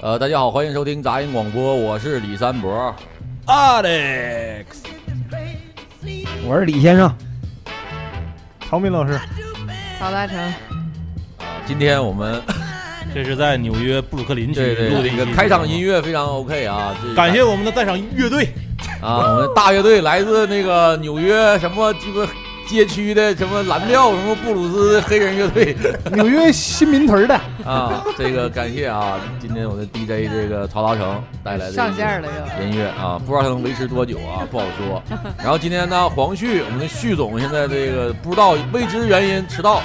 呃，大家好，欢迎收听杂音广播，我是李三博。啊 Alex，我是李先生，曹敏老师，曹大成，哎今天我 们这是在纽约布鲁克林区对对录的这一个期开场音乐。乐非常 OK 啊，这感谢我们的赞赏乐队，啊，我们大乐队来自那个纽约什么鸡巴街区的什么蓝调什么布鲁斯黑人乐 队纽约新民屯 的，啊，这个感谢啊，今天我的 DJ 这个曹达成带来的上线了又。音乐啊，不知道他能维持多久啊，不好说。然后今天呢，黄旭，我们的旭总现在这个不知道未知原因迟到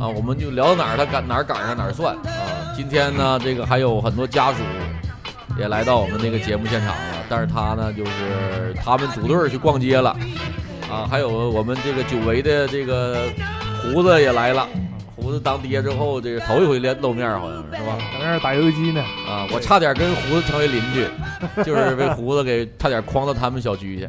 啊，我们就聊到哪儿他赶哪儿赶上哪儿算啊。今天呢，这个还有很多家属也来到我们这个节目现场了，但是他呢，就是他们组队儿去逛街了啊，还有我们这个久违的这个胡子也来了。胡子当爹之后，这是头一回连露面儿，好像是是吧？在那儿打游戏机呢。啊，我差点跟胡子成为邻居，就是被胡子给差点诓到他们小区去。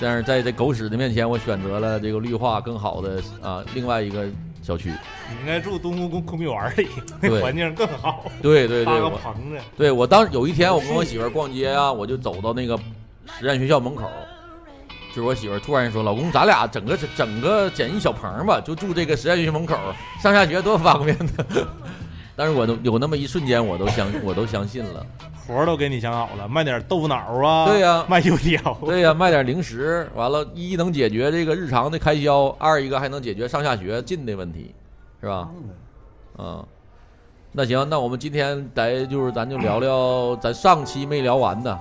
但是在这狗屎的面前，我选择了这个绿化更好的啊另外一个小区。你应该住东湖公公园儿里，对那环境更好，对对搭对，个我棚子。对我当有一天我跟我媳妇儿逛街啊，我就走到那个实验学校门口，就是我媳妇儿突然说：“老公，咱俩整个整个捡一小棚儿吧，就住这个实验学校门口，上下学多方便呢。” 但是我都有那么一瞬间，我都相我都相信了。活儿都给你想好了，卖点豆腐脑儿啊，对呀卖油条，对呀、卖点零食，完了，一能解决这个日常的开销，二一个还能解决上下学近的问题，是吧？嗯，那行，那我们今天来就是咱就聊聊咱上期没聊完的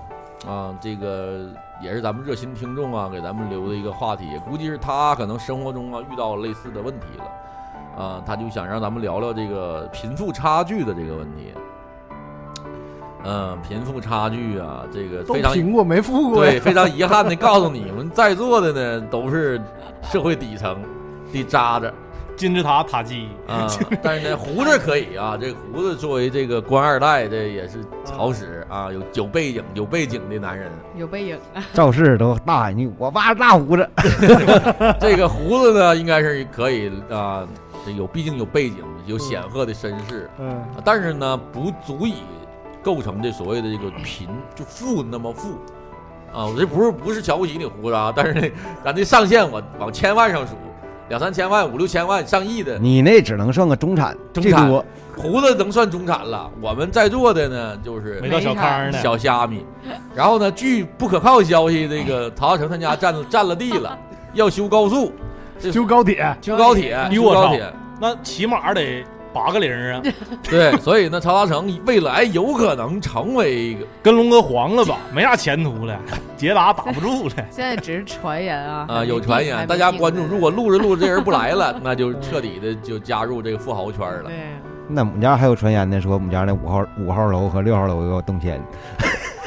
啊，这个也是咱们热心听众啊给咱们留的一个话题，估计是他可能生活中啊遇到类似的问题了，啊，他就想让咱们聊聊这个贫富差距的这个问题。嗯，贫富差距啊，这个都非常贫过没富过呀对，非常遗憾的 告诉你们，在座的呢都是社会底层的渣渣金字塔塔基， 啊，但是呢，胡子可以啊，这胡子作为这个官二代，这也是好使啊，有有背景、有背景的男人。 有背影，肇事都大喊一句：“我爸是大胡子。这个胡子呢，应该是可以啊，这有毕竟有背景，有显赫的身世，嗯，啊但是呢，不足以构成这所谓的这个贫就富那么富啊！我这不是不是瞧不起你胡子啊，但是呢咱这上限我往千万上数，两三千万、五六千万、上亿”的你那只能算个中产，中最产多胡子能算中产了。我们在座的呢，就是没到小康儿呢。小虾米。然后呢，据不可靠消息，这个曹大成他家占占了地 了，要修高速、修高铁，修高铁、比修哎我高高铁。那起码得八个零儿啊，对，所以呢，曹大成未来有可能成为一个跟龙哥黄了吧，没啥前途了，捷达打不住了。现在只是传言啊。啊，有传言，大家关注。如果录着录着这人不来了， 那就彻底的就加入这个富豪圈了。对，那我们家还有传言呢，说我们家那五号五号楼和六号楼要动迁，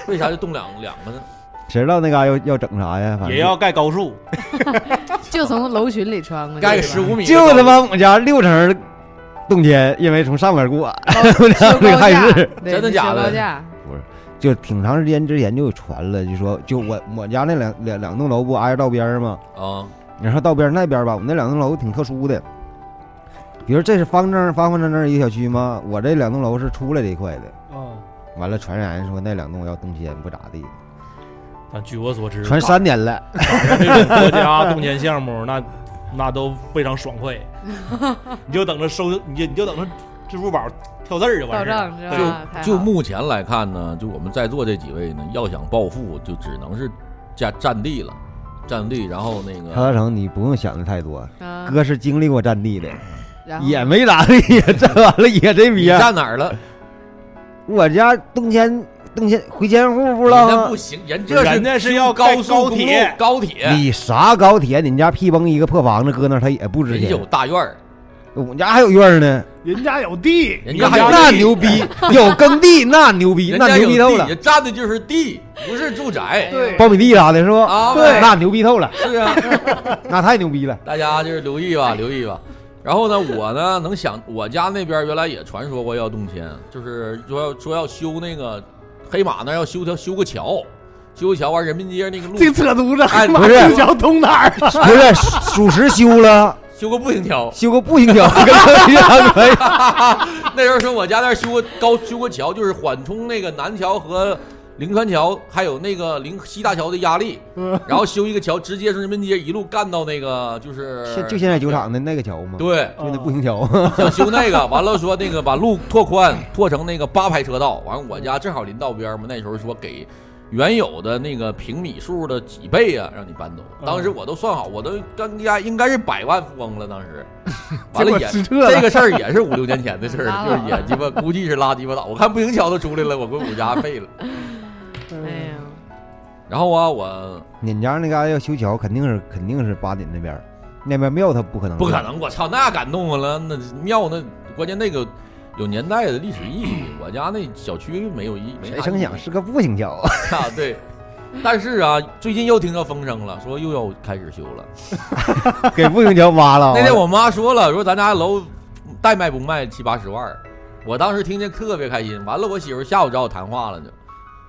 为啥就动两两个呢？谁知道那嘎要要整啥呀？反正也要盖高速，就从楼群里穿过去，盖个十五米的就高他妈我们家六层动迁，因为从上面过， 高这个还价是，对真的你假的修高价就挺长时间之前就有传了，就说就我我家那两两两栋楼不挨着道边儿吗？啊，你说道边儿那边儿吧，我们那两栋楼挺特殊的，比如这是方正方方正正一个小区吗？我这两栋楼是出来这一块的。嗯，完了，传染说那两栋要动迁，不咋地，但据我所知，传三年了，这种国家动迁项目，那那都非常爽 快，你就等着收，你就你就等着支付宝跳字儿就到完事儿账了。是对，吧？太好就目前来看呢，就我们在座这几位呢，要想暴富，就只能是占占地了，占地，然后那曹个大成，你不用想的太多，啊，嗯哥是经历过战地的，然后也没咋地，战完了也这嗯你逼样。站哪儿了？我家动迁动迁回迁户不你知道啊那吗不？行，人这人家是要高盖速高公路铁高铁，你啥高铁？你家屁崩一个破房子搁那儿，他也不值人有钱。大院儿，我们家还有院儿呢，人家有地，人你家家还有那地牛逼，有耕地那牛 逼，人那家有牛逼透地，了人，占的就是地，不是住宅。对苞米地啥的是不？啊对那牛逼透了， 是 啊，那太牛逼了。大家就是留意吧，留意吧。然后呢，我呢 能想，我家那边原来也传说过要动迁，就是说要说要修那个黑马那儿要修条修个桥，修个桥完人民街那个路这扯犊子，哎马不是路桥通哪儿？ 不是，属实修了，修过步行桥，修过步行桥跟车一样可以。那时候说我家那儿修过高修过桥，就是缓冲那个南桥和灵川桥，还有那个灵西大桥的压力，嗯然后修一个桥，直接从人民街一路干到那个就是 现就现在酒厂的那个桥吗？，对，就那步行桥。想修那个，完了说那个把路拓宽，拓成那个八排车道。完，我家正好临道边儿嘛，那时候说给原有的那个平米数的几倍啊，让你搬走。当时我都算好，我都当家应该是百万富翁了。当时，啊完了也结果失策了这个事儿也是五六年前的事儿了，拉就倒是也鸡巴估计是拉鸡巴倒。我看步行桥都出来了，我回我家废了。哎呀，然后啊，我你们家那嘎达要修桥，肯定是肯定是八点那边儿，那边庙它不可能，不可。能，我操，那感动我了，那庙那关键那个有年代的历史意义，我家那小区没有意义，没啥谁成意义想是个步行桥？ 啊，对。但是啊，最近又听到风声了，说又要开始修了。 给步行桥挖了。那天我妈说了，说咱家楼代卖不卖七八十万儿，我当时听见特别开心。完了，我媳妇下午找我谈话了呢，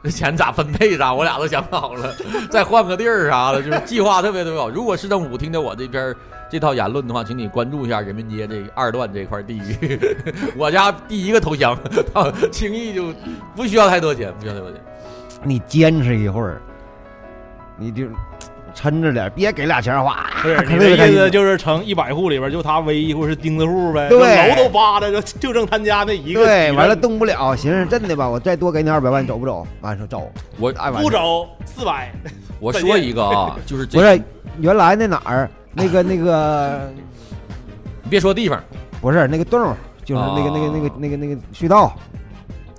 这钱咋分配啥，我俩都想好了， 再换个地儿啥的，就是计划特别特别好。如果市政府听见我这篇儿这套言论的话，请你关注一下人民街这个二段这块地域， 我家第一个投降，轻易就不需要太多钱，不需要太多钱。你坚持一会儿，你就抻着点，别给俩钱花。不 是可你乐的开意心思就是成一百户里边就他唯一户是钉子户呗，对就楼都扒了，就就剩他家那一个。对，你完了这动不了，寻思真的吧，我再多给你二百万，走不走？完说走，我哎，完不事儿。走四百，我说一个啊，就是这不是，原来那哪儿那个那个你别说地方，不是那个洞儿，就是那个、那个那啊个那个那个隧道，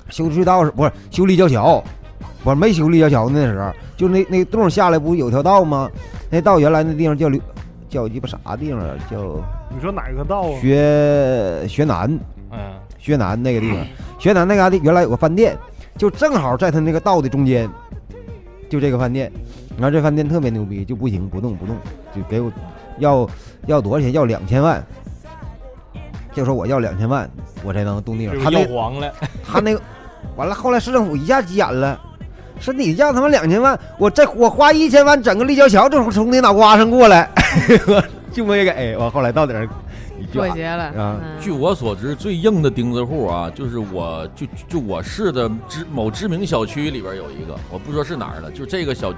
修隧道是不是修立交桥？我没修立交桥那时候，就那那洞儿下来不有条道吗？那道原来那地方叫刘叫鸡巴啥地方啊？叫你说哪个道啊？学学南嗯，学南那个地方，学南那嘎达原来有个饭店，就正好在他那个道的中间，就这个饭店。然后这饭店特别牛逼，就不行不动不动，就给我要要多少钱？要两千万。就说我要两千万，我才能动地方。就哎他是那要个黄了，他那个，完了后来市政府一下急眼了，说你让他妈两千万，我这我花一千万整个立交桥，这从你脑瓜上过来， 就没给。完后来到底儿一句话妥协了啊嗯据我所知，最硬的钉子户啊，就是我就就我市的知某知名小区里边有一个，我不说是哪儿了，就这个小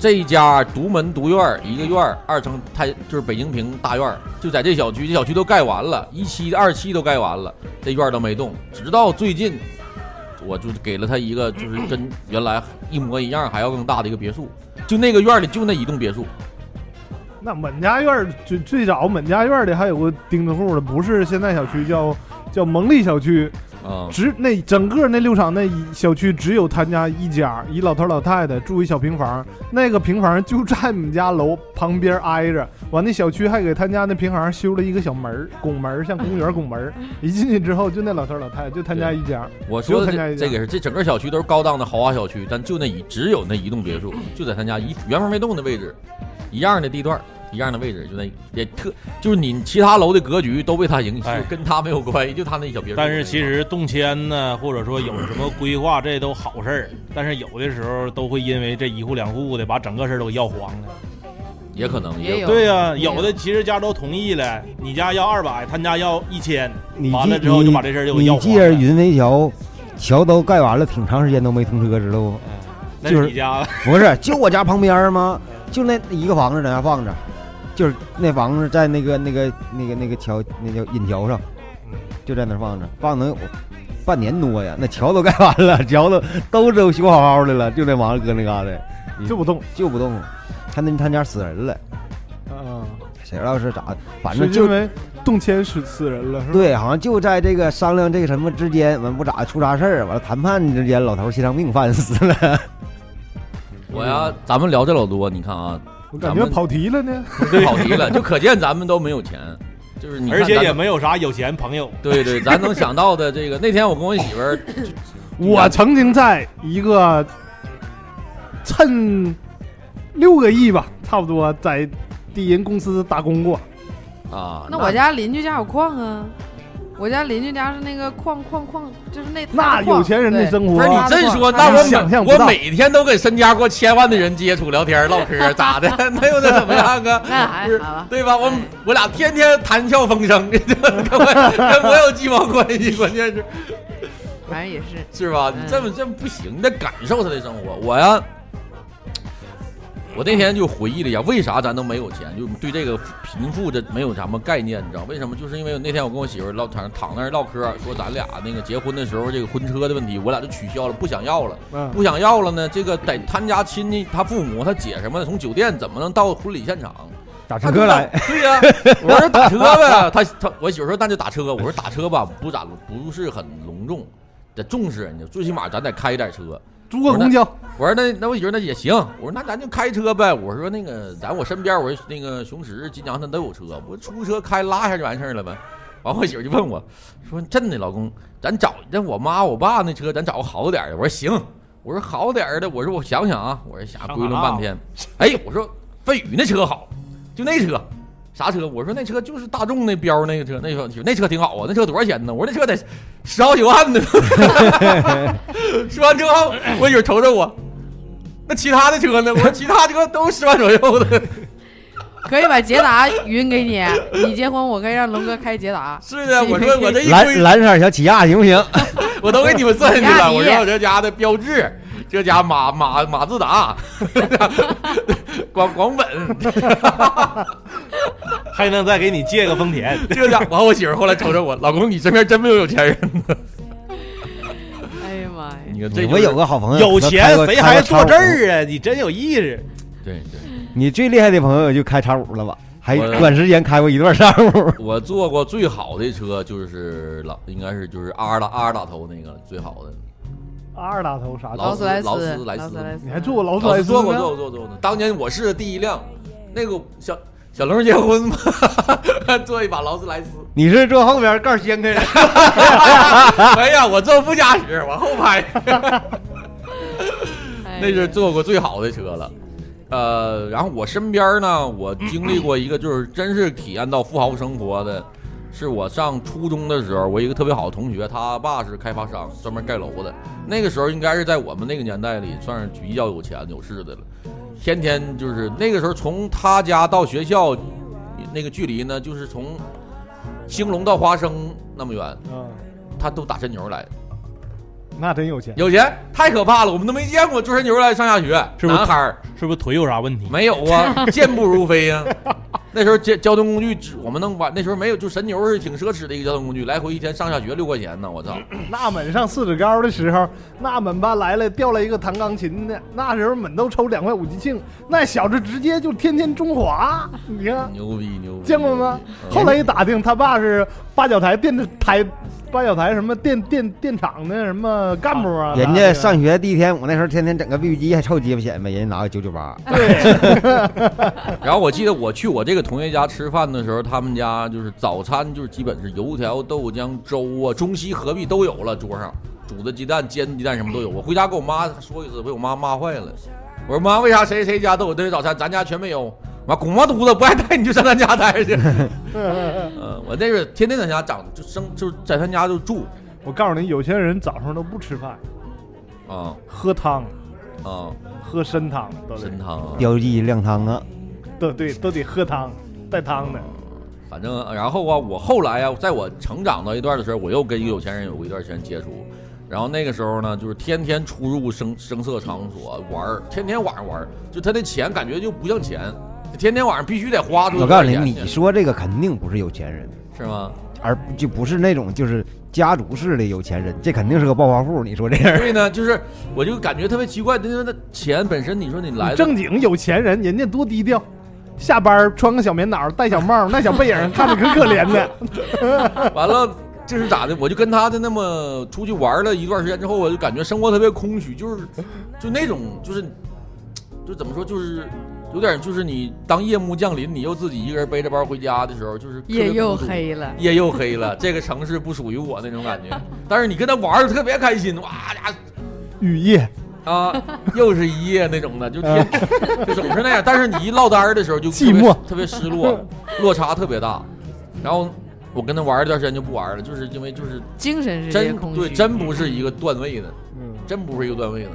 这一家独门独院儿一个院儿二层太就是北京平大院儿，就在这小区，这小区都盖完了，一期二期都盖完了，这院儿都没动，直到最近。我就给了他一个，就是跟原来一模一样，还要更大的一个别墅。就那个院儿里就那一栋别墅，那满家院儿最最早满家院儿里还有个钉子户的，不是现在小区叫叫蒙利小区，啊、只那整个那六厂那一小区只有他家一家，一老头老太太住一小平房，那个平房就在我们家楼旁边挨着。完，那小区还给他家那平房修了一个小门儿，拱门儿，像公园拱门儿。一进去之后，就那老头老太太，就他家一家。我说的只有他家这一家这个是这整个小区都是高档的豪华小区，但就那一只有那一栋别墅，就在他家一原封没动的位置，一样的地段，一样的位置，就那也特就是你其他楼的格局都被他影响，哎就跟他没有关系，就他那小别墅。但是其实动迁呢，或者说有什么规划，这都好事儿。但是有的时候都会因为这一户两户的，把整个事儿都给要黄了。也可能也有对呀、也有有的其实家都同意了，你家要二百，他家要一千，你完记了之后就把这事儿就给你要你黄记着了。云飞桥，桥都盖完了，挺长时间都没通车，知道不？那就是是你家不是，就我家旁边儿吗？就那一个房子在那放着，就是那房子在那个那个那个那个桥那叫引桥上，嗯就在那放着，放能有半年多呀。那桥都盖完了，桥都都都修好好的了，就那王二哥那嘎达就不动，就不动了。他那他家死人了，啊，谁知道是咋的？反是正就因为动迁死死人了，是吧？对，好像就在这个商量这个什么之间，完不咋出啥事儿，完了谈判之间，老头儿心脏病犯死了。我呀，咱们聊这老多，你看啊，我感觉跑题了呢。跑题了，就可见咱们都没有钱，就是你看而且咱也们没有啥有钱朋友。对对，咱能想到的这个，那天我跟我媳妇 儿我曾经在一个趁六个亿吧，差不多在地人公司打工过。啊，那我家邻居家有矿啊，我家邻居家是那个矿矿矿，就是那那大矿有钱人的对生不活是，你他真的说，话那我你想每象不我到每天都跟身家过千万的人接触、聊天、唠嗑，咋的？ 那又能怎么样啊？那还是好吧对吧？我哎我俩天天谈笑风生， 跟我跟我有鸡毛关系？关键是反正也是，是吧？你这么这么不行，你得感受他的生活。我呀，我那天就回忆了一下，为啥咱都没有钱，就对这个贫富这没有什么概念，你知道为什么？就是因为那天我跟我媳妇儿唠躺躺那儿唠嗑，说咱俩那个结婚的时候这个婚车的问题，我俩就取消了，不想要了。嗯不想要了呢，这个在他们家亲戚、他父母、他姐什么的，从酒店怎么能到婚礼现场？ 打他车哥来，就打，对呀、我说打车呗，他他我媳妇说那就打车，我 说打车吧，不咋不是很隆重，得重视人家，最起码咱得开一点车。租个公交，我说那那我媳妇那也行，我说那咱就开车呗。我说那个咱我身边我说那个雄狮、金阳他都有车，我出车开拉一下就完事儿了呗。完我媳妇就问我说真的老公，咱找那我妈我爸那车咱找个好点儿的。我说行，我说好点儿的，我说我想想啊，我说瞎归拢半天，哎我说飞宇那车好，就那车。啥车？我说那车就是大众那标那个车，那车那车挺好啊，那车多少钱呢？我说那车得十好几万呢。 说完之后，我媳妇瞅瞅我，那其他的车呢？我说其他车都十万左右 的，可以把捷达匀给你，你结婚我可以让龙哥开捷达，是的。我说我这一蓝归，蓝色小起亚行不行？我都给你们算进去了。雅迪我说我这家的标志，这家马马马自达， 广广本，还能再给你借个丰田，这家。完，我媳妇后来瞅瞅我，老公，你身边真没有有钱人。 哎呀妈呀，你看这就是我有个好朋友， 有他钱开过谁还坐这？开过叉五儿啊？你真有意识，对对，你最厉害的朋友就开叉五了吧？还我短时间开过一段叉五，我坐过最好的车就是老应该是就是阿尔达阿尔打头那个最好的。二打头啥老劳斯莱斯，劳斯莱斯劳斯莱斯，你还坐过劳斯老莱师斯坐过呢坐过坐过坐过，当年我是第一辆，那个小小龙结婚嘛， 坐一把劳斯莱斯。你是坐后边盖掀 开的，啊 哎呀，我坐副驾驶，往后排，哎呀那是坐过最好的车了。呃，然后我身边呢，我经历过一个，就是真是体验到富豪生活的，是我上初中的时候，我一个特别好的同学，他爸是开发商，专门盖楼的。那个时候应该是在我们那个年代里，算是比较有钱有势的了。天天就是那个时候，从他家到学校，那个距离呢，就是从兴隆到花生那么远，嗯，他都打神牛来。那真有钱。有钱太可怕了，我们都没见过坐神牛来上下学，是不是男孩儿是不是腿有啥问题？没有啊，健步如飞 呀、那时候交交通工具只我们能把那时候没有，就神牛是挺奢侈的一个交通工具，来回一天上下学六块钱呢，我 操！那满上四指高的时候，那满班来了调了一个弹钢琴的，那时候满都抽两块五级庆，那小子直接就天天中华，你看牛逼牛逼！见过吗？嗯后来一打听，他爸是八角台电台八角台什么电电电厂的什么干部啊，人家上学第一天，我那时候天天整个 BB 机还凑鸡巴钱呗，人家拿个九九八，然后我记得我去我这个同学家吃饭的时候，他们家就是早餐就是基本是油条、豆浆、粥啊，中西合璧都有了，桌上煮的鸡蛋、煎的鸡蛋什么都有。我回家跟我妈说一次，被我妈骂坏了。我说妈，为啥谁谁家都有这些早餐，咱家全没有？妈，拱毛犊子，不爱带你就上咱家待着去。嗯。嗯，我那是天天在家长，就生就是在他家就住我告诉你，有些人早上都不吃饭，啊喝汤，啊，喝参汤都得参，汤。标记亮汤啊，都对，都得喝汤，带汤的。反正然后啊，我后来啊，在我成长到一段的时候，我又跟一个有钱人有过一段时间接触。然后那个时候呢，就是天天出入声声色场所玩儿，天天晚上玩儿，就他那钱感觉就不像钱，天天晚上必须得花出去点我告诉你，钱你去说这个肯定不是有钱人，是吗？而就不是那种就是家族式的有钱人，这肯定是个暴发户。你说这人，所以呢，就是我就感觉特别奇怪，就是那钱本身，你说你来的正经有钱人，人家多低调，下班儿穿个小棉袄，戴小帽，那小背影看着可可怜 的。完了，这是咋的？我就跟他的那么出去玩了一段时间之后，我就感觉生活特别空虚，就是就那种就是就怎么说，就是有点就是你当夜幕降临，你又自己一个人背着包回家的时候，就是特别夜又孤独。黑了，夜又黑了，这个城市不属于我那种感觉。但是你跟他玩儿特别开心，哇呀雨夜，啊，又是一夜那种的，就天 就总是那样。但是你一落单儿的时候就特别寂寞，特别失落，落差特别大。然后我跟他玩一段时间就不玩了，就是因为就是精神世界真空对虚，真不是一个段位的，嗯，真不是一个段位的。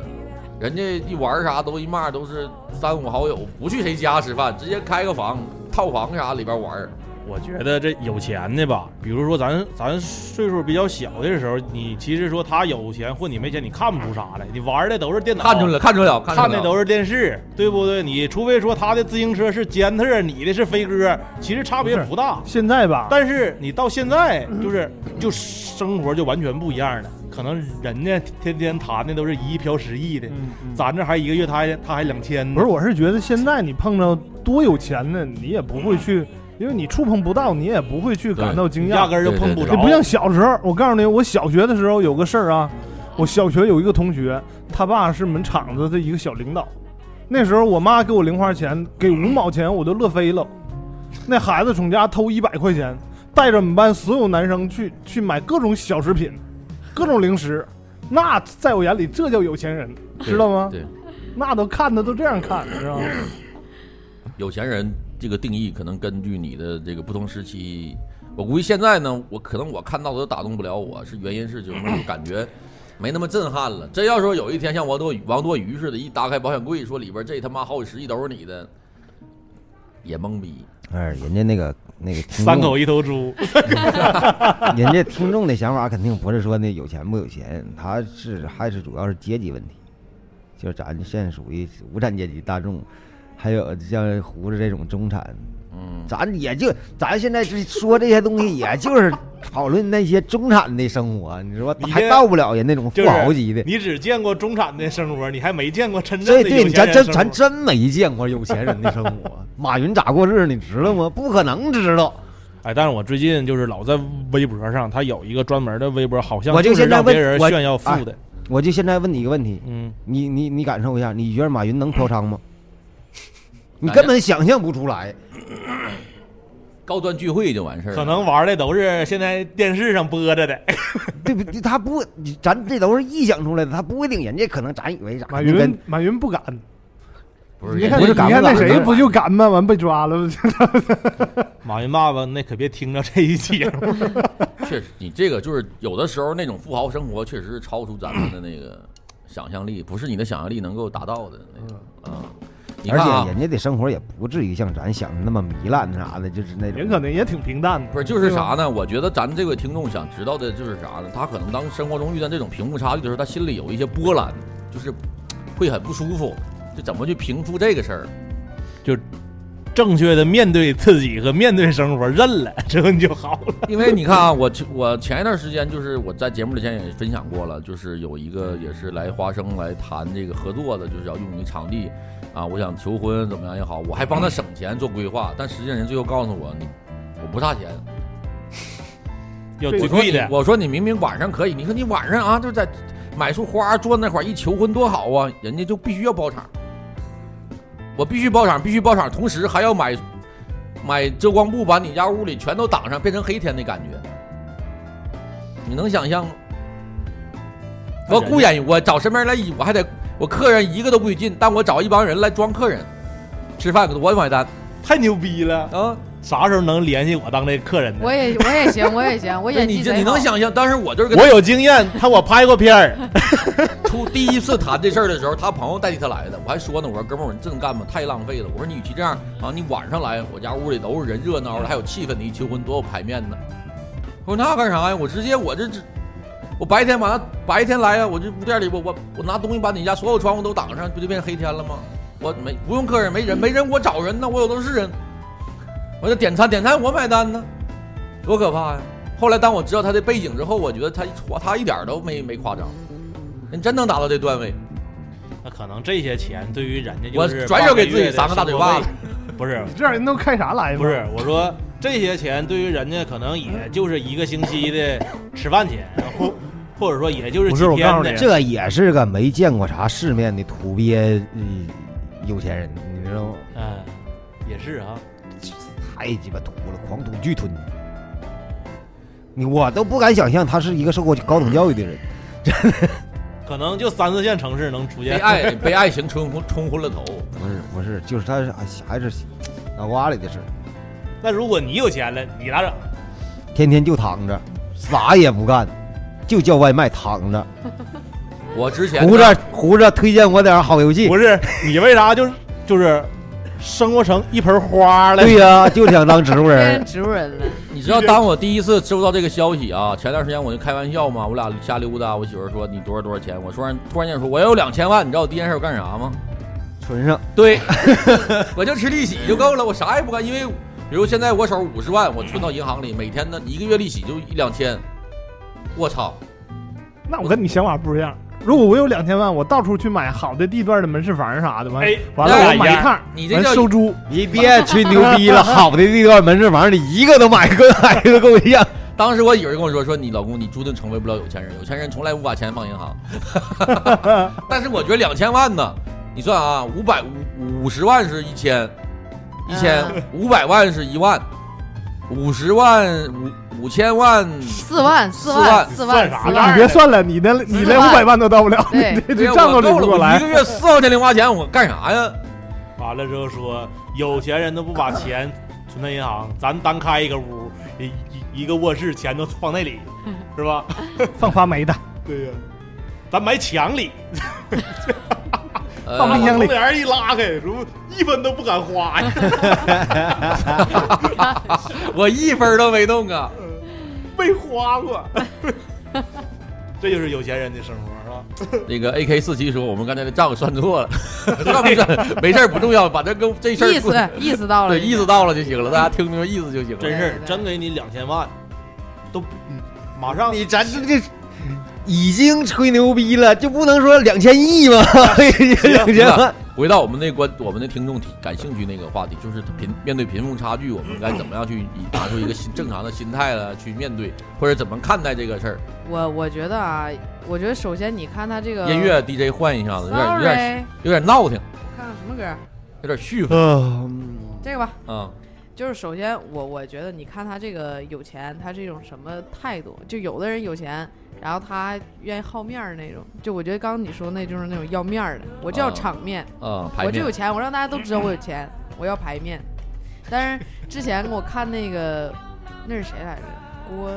人家一玩啥都一骂都是三五好友，不去谁家吃饭，直接开个房套房啥里边玩儿我觉得这有钱的吧，比如说咱咱岁数比较小的时候，你其实说他有钱或你没钱，你看不出啥来，你玩的都是电脑，看出来了，看出来了，看出来的了。都是电视，对不对？你除非说他的自行车是捷安特，你的是飞鸽，其实差别不大。现在嗯吧，但是你到现在就是就生活就完全不一样了，可能人家天天谈的都是一亿飘十亿的，嗯嗯咱这还一个月他还他还两千呢，不是，我是觉得现在你碰着多有钱的，你也不会去，因为你触碰不到，你也不会去感到惊压讶。根儿就碰不对着。你不像小时候，我告诉你，我小学的时候有个事儿啊，我小学有一个同学，他爸是门厂子的一个小领导，那时候我妈给我零花钱，给五毛钱我都乐飞了。那孩子从家偷一百块钱，带着我们班所有男生去去买各种小食品，各种零食，那在我眼里这叫有钱人，对知道吗？对，那都看的都这样看，知道吗？有钱人这个定义可能根据你的这个不同时期，我估计现在呢，我可能我看到的都打动不了我，是原因是就是那种感觉没那么震撼了。真要说有一天像王多鱼王多鱼似的，一打开保险柜说里边这他妈好几十亿都是你的，也懵逼。哎，人家那个那个嗯听众三口一头猪，人家听众的想法肯定不是说那有钱不有钱，他是还是主要是阶级问题，就是咱现在属于无产阶级大众，还有像胡子这种中产，嗯，咱也就咱现在这说这些东西，也就是讨论那些中产的生活，你说你这还到不了人那种就富是豪级的。你只见过中产的生活，你还没见过真正这的对有你钱咱人真生咱活真没见过有钱人的 生活，马云咋过日子你知道吗？不可能知道。哎，但是我最近就是老在微博上，他有一个专门的微博，好像我就就是现在让别问人我哎炫耀富的，我就现在问你一个问题，嗯，你你你感受一下，你觉得马云能嫖 娼吗？你哎呀根本想象不出来，高端聚会就完事儿了。可能玩的都是现在电视上播着的，对不对？他不，咱这都是臆想出来的，他不一定，人家可能咱以为啥马就跟云马云不敢，不是你人看家不你是敢看不那敢谁的不就敢吗？完被抓了， 马云爸爸那可别听着这一节 目，确实，你这个就是有的时候那种富豪生活确实是超出咱们的那个想象力，不是你的想象力能够达到的那种啊。你而看啊且，人家的生活也不至于像咱想的那么糜烂啥的，就是那种。人可能也挺平淡的。不是就是对吧啥呢？我觉得咱这位听众想知道的就是啥呢？他可能当生活中遇到这种贫富差距的时候，他心里有一些波澜，就是会很不舒服。就怎么去平复这个事儿？正确的面对自己和面对生活，认了之后你就好了。因为你看啊，我我前一段时间就是我在节目之前也分享过了，就是有一个也是来花生来谈这个合作的，就是要用于场地啊，我想求婚怎么样也好，我还帮他省钱做规划，但实际上人最后告诉我，你我不差钱，要对最我说贵你的，我说你明明晚上可以，你说你晚上啊，就在买束花坐那块儿一求婚多好啊，人家就必须要包场，我必须包场，必须包场，同时还要买买遮光布把你家屋里全都挡上，变成黑天的感觉，你能想象吗？我雇演员，我找身边人来演，我还得我客人一个都不许进，但我找一帮人来装客人，吃饭我买单太牛逼了！啊。啥时候能联系我当这客人呢 我？也我也行，我也行，我演你技这贼你好能想象？当时我就是跟我有经验，他我拍过片儿，出第一次谈这事儿的时候，他朋友代替他来的，我还说呢，我说哥们儿，你这么干吧，太浪费了。我说你与其这样啊，你晚上来，我家屋里都是人热闹的，还有气氛，你一求婚多有排面呢。我说那干啥呀？我直接我这这，我白天晚上白天来啊呀，我这屋店里我我我拿东西把你家所有窗户都挡上，不就变黑天了吗？我没不用客人，没人没人我找人呢，我有的是人。我这点餐点餐我买单呢，多可怕呀！后来当我知道他的背景之后，我觉得他他一点儿都没没夸张。人真能达到这段位，那可能这些钱对于人家就我是转手给自半己月的三个大嘴生活巴费 子。。不是，你这人都开啥来嘛？不是，我说这些钱对于人家可能也就是一个星期的吃饭钱， 或或者说也就是不几是我告天诉的你。这也是个没见过啥世面的土鳖，嗯，有钱人，你知道吗？嗯，也是啊，太鸡巴土了，狂土巨吞。你我都不敢想象他是一个受过高等教育的人，可能就三四线城市能出被现。爱 被爱情冲昏冲昏了头，不是不是，就是他是还是脑瓜里的事儿。那如果你有钱了，你咋整？天天就躺着，啥也不干，就叫外卖，躺着。我之前胡子胡子推荐我点儿好游戏不，是你为啥就是就是生活成一盆花了？对呀、就想当植物变成人。植物人了，你知道，当我第一次收到这个消息啊，前段时间我就开玩笑嘛，我俩瞎溜达，我媳妇儿说你多少多少钱，我突然突然间说我要有两千万，你知道我第一件事我干啥吗？存上，对， 我就吃利息就够了，我啥也不干，因为比如现在我手五十万，我存到银行里，每天呢一个月利息就一两千，我操，那我跟你想法不一样。如果我有两千万，我到处去买好的地段的门市房啥的，完哎完了那我买一样趟，你这完叫收租，你别吹牛逼了，好的地段门市房你一个都买个买个够呛。当时我媳妇儿跟我说：“说你老公，你注定成为不了有钱人，有钱人从来不把钱放银 行。”但是我觉得两千万呢，你算啊，五百五五十万是一千，一千嗯五百万是一万，五十万五五千万，四万四万四万万啥四玩意啊儿你万，别算了，你连你连四五万百万都到不了，对 你这哎对呀这账都我理够不了，过我一来个。月四块钱零花钱，我干啥 呀？完了之后说，有钱人都不把钱存在银行，咱单开一个屋，一一一个卧室，钱都放那 里，是吧？ 放发霉的，对呀、咱埋墙里，呃放把冰箱窗里帘一拉开，是不一分都不敢花呀？ 我一分儿都没动啊！没花 过，这就是有钱人的生活，是吧？那个 A K 四七说我们刚才的账算错 了，算不算？没事儿不重要，把这跟这事儿 意思意思到了，对意思到了就行了，大家听明白意思就行了。真事儿，对真给你两千万，都不嗯马上你咱这这已经吹牛逼了，就不能说两千亿 吗？两千万，回到我们那关，我们的听众提感兴趣那个话题，就是贫面对贫富差距，我们该怎么样去以拿出一个新正常的心态了去面对，或者怎么看待这个事儿？我我觉得啊，我觉得首先你看他这个音乐 DJ 换一下子，有点有点，sorry，有点闹挺，看看什么歌？有点絮分嗯，这个吧，啊。就是首先我我觉得你看他这个有钱，他是一种什么态度？就有的人有钱，然后他愿意好面儿那种。就我觉得刚刚你说那就是那种要面儿的，我就要啊场面。啊、排我就面有钱，我让大家都知道我有 钱，我要排面。但是之前我看那个那是谁来着？郭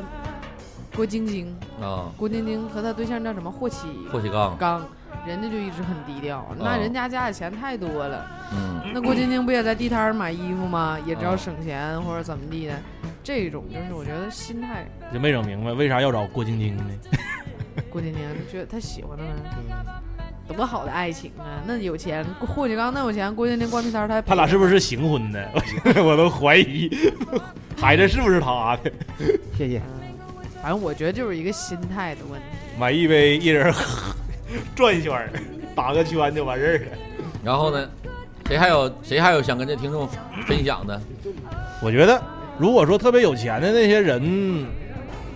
郭晶晶，啊，郭晶晶和她对象叫什么霍启霍启刚，刚，人家就一直很低调。那啊人家家里钱太多了，嗯，那郭晶晶不也在地摊儿买衣服吗？也知道啊省钱或者怎么地的。这种就是我觉得心态，就没整明白为啥要找郭晶晶呢？郭晶晶觉得她喜欢他呢，嗯多好的爱情啊！那有钱，霍启刚那有钱，郭晶晶光屁摊儿她还他俩陪是不是行婚的？ 我都怀疑， 孩子是不是他啊的？谢谢。嗯反正我觉得就是一个心态的问题。买一杯，一人喝转一圈儿，打个圈就完事儿了。然后呢，谁还有谁还有想跟这听众分享的？我觉得，如果说特别有钱的那些人，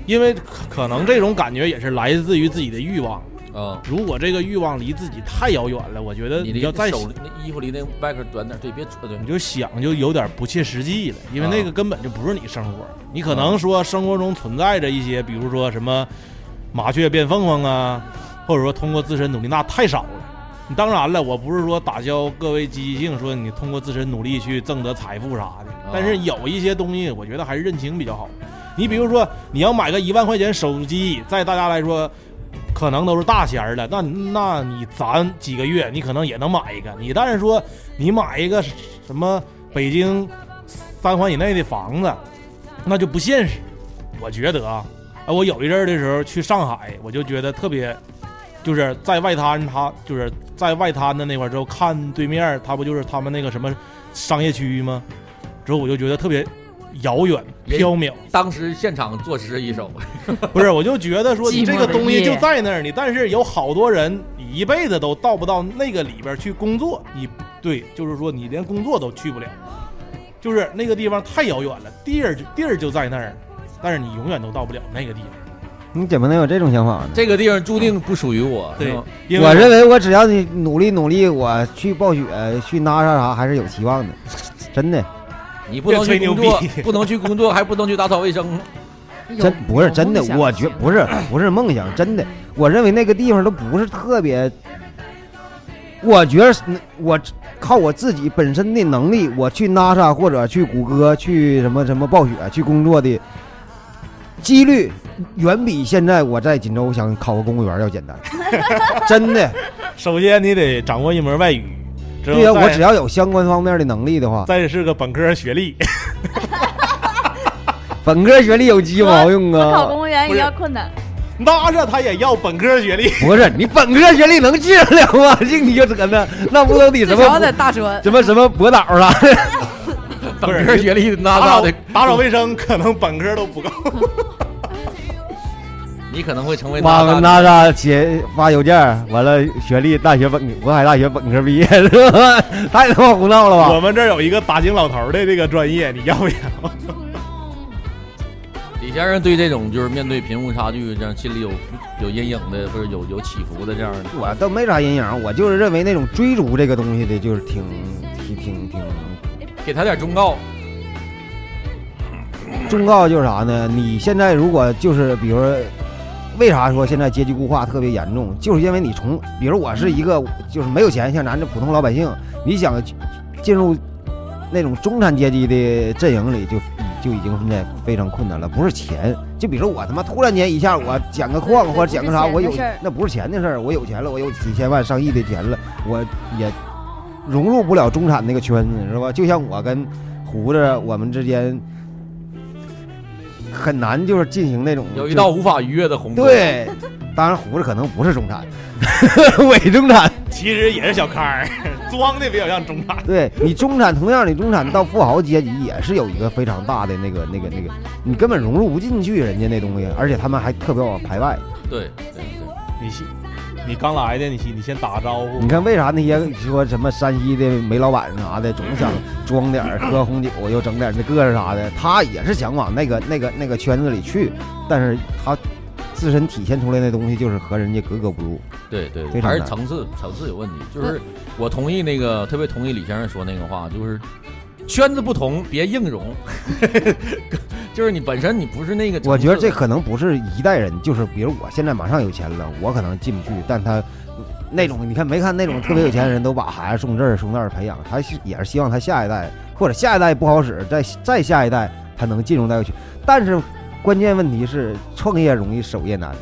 因为可可能这种感觉也是来自于自己的欲望。啊、如果这个欲望离自己太遥远了，我觉得你你离要再手那衣服离那外壳短点儿，对，别扯对你，就想就有点不切实际了，因为啊那个根本就不是你生活。你可能说生活中存在着一些，比如说什么麻雀变凤凰啊，或者说通过自身努力，那太少了。你当然了，我不是说打消各位积极性，说你通过自身努力去挣得财富啥的。但是有一些东西，我觉得还是认清比较好。你比如说，你要买个一万块钱手机，在大家来说，可能都是大钱儿了。那那你攒几个月，你可能也能买一个。你但是说你买一个什么北京三环以内的房子，那就不现实。我觉得啊，啊我有一阵儿的时候去上海，我就觉得特别，就是在外滩，他就是在外滩的那块儿之后，看对面儿，他不就是他们那个什么商业区吗？之后我就觉得特别遥远、人缥缈。当时现场作诗一首，不是，我就觉得说你寂寞这个的东西夜就在那儿，你但是有好多人你一辈子都到不到那个里边去工作，你对，就是说你连工作都去不了，就是那个地方太遥远了，地儿就地儿就在那儿，但是你永远都到不了那个地方。你怎么能有这种想法呢？这个地方注定不属于我，是对吗，因为我认为我只要你努力努力，我去暴雪、去那啥啥，还是有希望的，真的，你不能别吹去牛工作逼，不能去工作，还不能去打扫卫生，有真不是有真的梦，想我就觉行不是不是梦想，真的，我认为那个地方都不是特别，我觉得是我靠我自己本身的能力，我去 NASA 或者去谷歌、去什么什么暴雪去工作的，几率远比现在我在锦州想考个公务员要简单，真的。首先你得掌握一门外语， 之后对呀、啊再我只要有相关方面的能力的话，再是个本科学历， 本科学历有鸡毛用我考啊？公务员不也是要困难，那是他也要本科学历。不是，你本科学历能治得了吗？ 这你就扯呢，那不都得什至少么得大专。什么什么博导啊啦？不是本科学历那打那扫得，打扫卫生可能本科都不够。你可能会成为妈那妈那那啥写发邮件，完了学历大学本渤海大学本科毕业 是吧？太他妈胡闹了我吧！们这儿有一个打井老头儿的这个专业，你要不要？李先生对这种就是面对贫富差距这样心里有有阴影的，或者有有起伏的这样的，我倒没啥阴影，我就是认为那种追逐这个东西的，就是挺挺挺挺给他点忠告。忠告，就是啥呢？你现在如果就是比如说，为啥说现在阶级固化特别严重？就是因为你从，比如我是一个就是没有钱，像咱这普通老百姓，你想进入那种中产阶级的阵营里就，就已经现在非常困难了。不是钱，就比如我他妈突然间一下，我捡个矿或者捡个啥，我有不是钱的事儿那不是钱的事儿，我有钱了，我有几千万上亿的钱了，我也融入不了中产那个圈子，是吧？就像我跟胡子我们之间。很难，就是进行那种有一就道无法逾越的鸿沟。，对，当然胡子可能不是中产， 伪中产。其实也是小康儿， 装的比较像中产。对你中产，同样你中产到富豪阶级也是有一个非常大的那个那个那个，你根本融入不进去人家那东西，而且他们还特别往排外。对对对，你先，你刚来的，你先你先打个招呼你。看为啥那些说什么山西的煤老板啥的，总想装点儿喝红酒，又整点儿那个啥的，他也是想往那个那个那个圈子里去，但是他自身体现出来的东西就是和人家格格不入。对对对，非常还是难层次层次有问题。就是我同意那个，特别同意李先生说那个话，就是圈子不同，别硬融。就是你本身你不是那个层次的，我觉得这可能不是一代人，就是比如我现在马上有钱了，我可能进不去，但他那种你看没看那种特别有钱的人都把孩子送这儿送那儿培养，他是也是希望他下一代或者下一代不好使，再再下一代他能进入到去。但是关键问题是创业容易，守业难。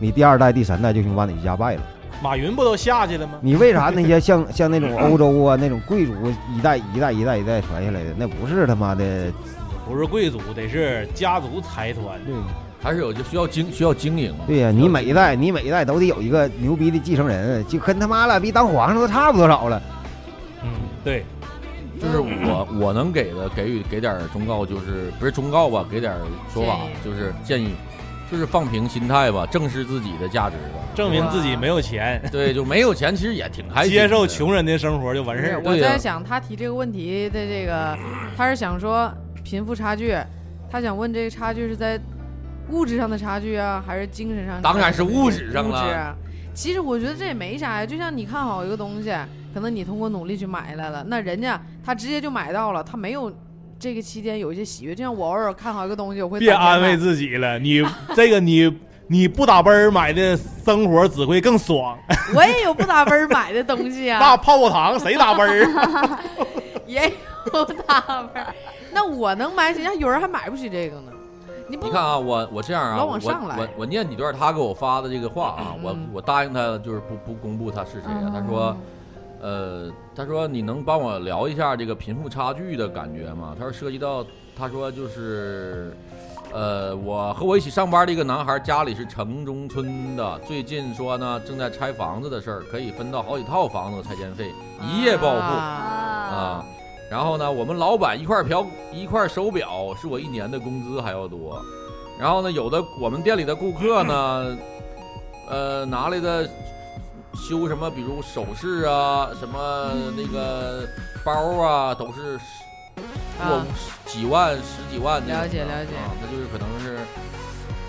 你第二代、第三代就行把你家败了。马云不都下去了吗？你为啥那些像像那种欧洲啊那种贵族一代一代一代一代传下来的，那不是他妈的不是贵族，得是家族财团。对还是有就需要经需要经营。对呀、需要你每经一代你每一代都得有一个牛逼的继承人，就跟他妈了比当皇上都差不多少了。嗯，对，就是嗯我我能给的给予给点儿忠告，就是不是忠告吧，给点儿说法建就议，是建议，就是放平心态吧，正视自己的价值吧。证明自己没有钱，对，就没有钱其实也挺开心的，接受穷人的生活就完不事是儿。我对呀在想他提这个问题的这个，他是想说贫富差距，他想问这个差距是在物质上的差距啊，还是精神上的差距？当然是物质上了物质啊其实我觉得这也没啥呀，就像你看好一个东西，可能你通过努力去买来了，那人家他直接就买到了，他没有这个期间有一些喜悦。就像我偶尔看好一个东西，我会别攒钱安买慰自己了， 你这个你你不打奔儿买的生活只会更爽。啊我也有不打分儿买的东西 啊，那泡泡糖谁打奔儿？也有打分儿，那我能买起，像有人还买不起这个呢。你不你看啊，我我这样啊，老我往上来我我念几段他给我发的这个话啊，我嗯哦我答应他就是不不公布他是谁啊。他说，呃，他说你能帮我聊一下这个贫富差距的感觉吗？他说涉及到，他说就是，呃，我和我一起上班的一个男孩家里是城中村的，最近说呢正在拆房子的事儿，可以分到好几套房子的拆迁费，一夜暴富。啊啊啊，。然后呢，我们老板一块表一块手表是我一年的工资还要多。然后呢，有的我们店里的顾客呢，呃，拿来的修什么，比如首饰啊，什么那个包啊，都是过啊几万、十几万这种的。了解了解啊，他就是可能是